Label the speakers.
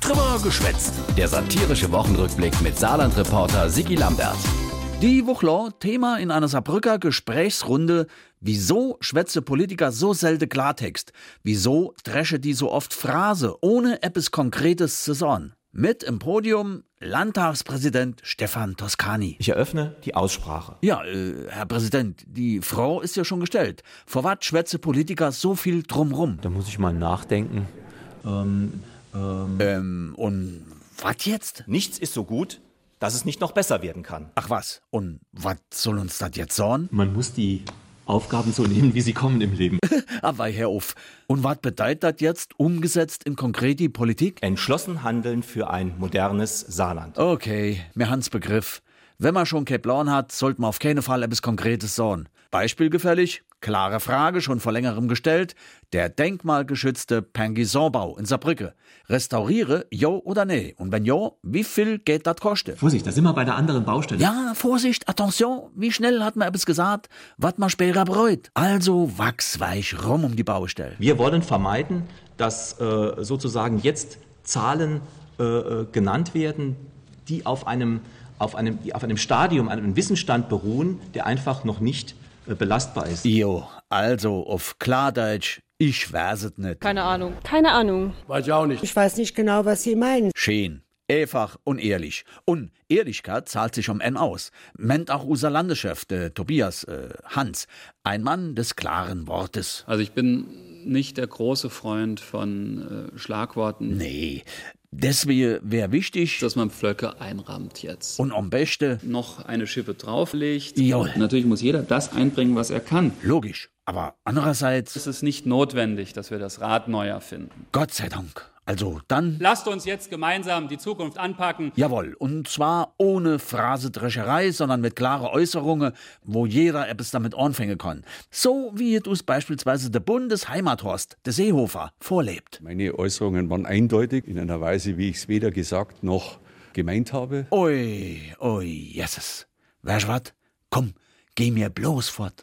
Speaker 1: Trimmer geschwätzt. Der satirische Wochenrückblick mit Saarland-Reporter Sigi Lambert.
Speaker 2: Die Wuchler, Thema in einer Saarbrücker Gesprächsrunde. Wieso schwätze Politiker so selten Klartext? Wieso dresche die so oft Phrase, ohne etwas Konkretes zu sagen? Mit im Podium Landtagspräsident Stefan Toscani.
Speaker 3: Ich eröffne die Aussprache.
Speaker 2: Ja, äh, Herr Präsident, die Frau ist ja schon gestellt. Vor was schwätze Politiker so viel drumrum?
Speaker 3: Da muss ich mal nachdenken.
Speaker 2: Ähm, und was jetzt?
Speaker 3: Nichts ist so gut, dass es nicht noch besser werden kann.
Speaker 2: Ach was, und was soll uns das jetzt sagen?
Speaker 4: Man muss die Aufgaben so nehmen, wie sie kommen im Leben.
Speaker 2: Aber Herr Uff, und was bedeutet das jetzt umgesetzt in konkrete Politik?
Speaker 3: Entschlossen handeln für ein modernes Saarland.
Speaker 2: Okay, mir Hans Begriff. Wenn man schon keinen Plan hat, sollte man auf keinen Fall etwas Konkretes sagen. Beispielgefällig, klare Frage, schon vor längerem gestellt, der denkmalgeschützte Pangison-Bau in Saarbrücke. Restauriere, jo oder nee? Und wenn jo, wie viel Geld das koste?
Speaker 4: Vorsicht, da sind wir bei einer anderen Baustelle.
Speaker 2: Ja, Vorsicht, Attention, wie schnell hat man etwas gesagt, was man später bereut. Also wachsweich rum um die Baustelle.
Speaker 3: Wir wollen vermeiden, dass äh, sozusagen jetzt Zahlen äh, äh, genannt werden, die auf einem, auf einem, auf einem Stadium, einem Wissensstand beruhen, der einfach noch nicht äh, belastbar ist.
Speaker 2: Jo, also auf Klardeutsch, ich weiß nicht.
Speaker 5: Keine Ahnung.
Speaker 6: Keine Ahnung.
Speaker 7: Weiß ich auch nicht.
Speaker 8: Ich weiß nicht genau, was Sie meinen.
Speaker 2: Schön. Einfach und ehrlich. Und Ehrlichkeit zahlt sich um N aus. Ment auch unser Landeschef, der Tobias äh, Hans. Ein Mann des klaren Wortes.
Speaker 9: Also ich bin nicht der große Freund von äh, Schlagworten,
Speaker 2: Nee, deswegen wäre wichtig
Speaker 9: dass man Pflöcke einrammt jetzt.
Speaker 2: und am besten
Speaker 9: noch eine Schippe drauflegt.
Speaker 2: Jawohl.
Speaker 9: Natürlich muss jeder das einbringen, was er kann.
Speaker 2: logisch. Aber andererseits,
Speaker 9: Es ist nicht notwendig, dass wir das Rad neu erfinden.
Speaker 2: Gott sei Dank. Also dann,
Speaker 10: Lasst uns jetzt gemeinsam die Zukunft anpacken.
Speaker 2: jawohl. Und zwar ohne Phrasendrescherei, sondern mit klaren Äußerungen, wo jeder etwas damit anfangen kann. So wie es uns beispielsweise der Bundesheimathorst, der Seehofer, vorlebt.
Speaker 11: Meine Äußerungen waren eindeutig in einer Weise, wie ich es weder gesagt noch gemeint habe.
Speaker 2: Ui, ui, Jesus. Weißt du was? Komm, geh mir bloß fort.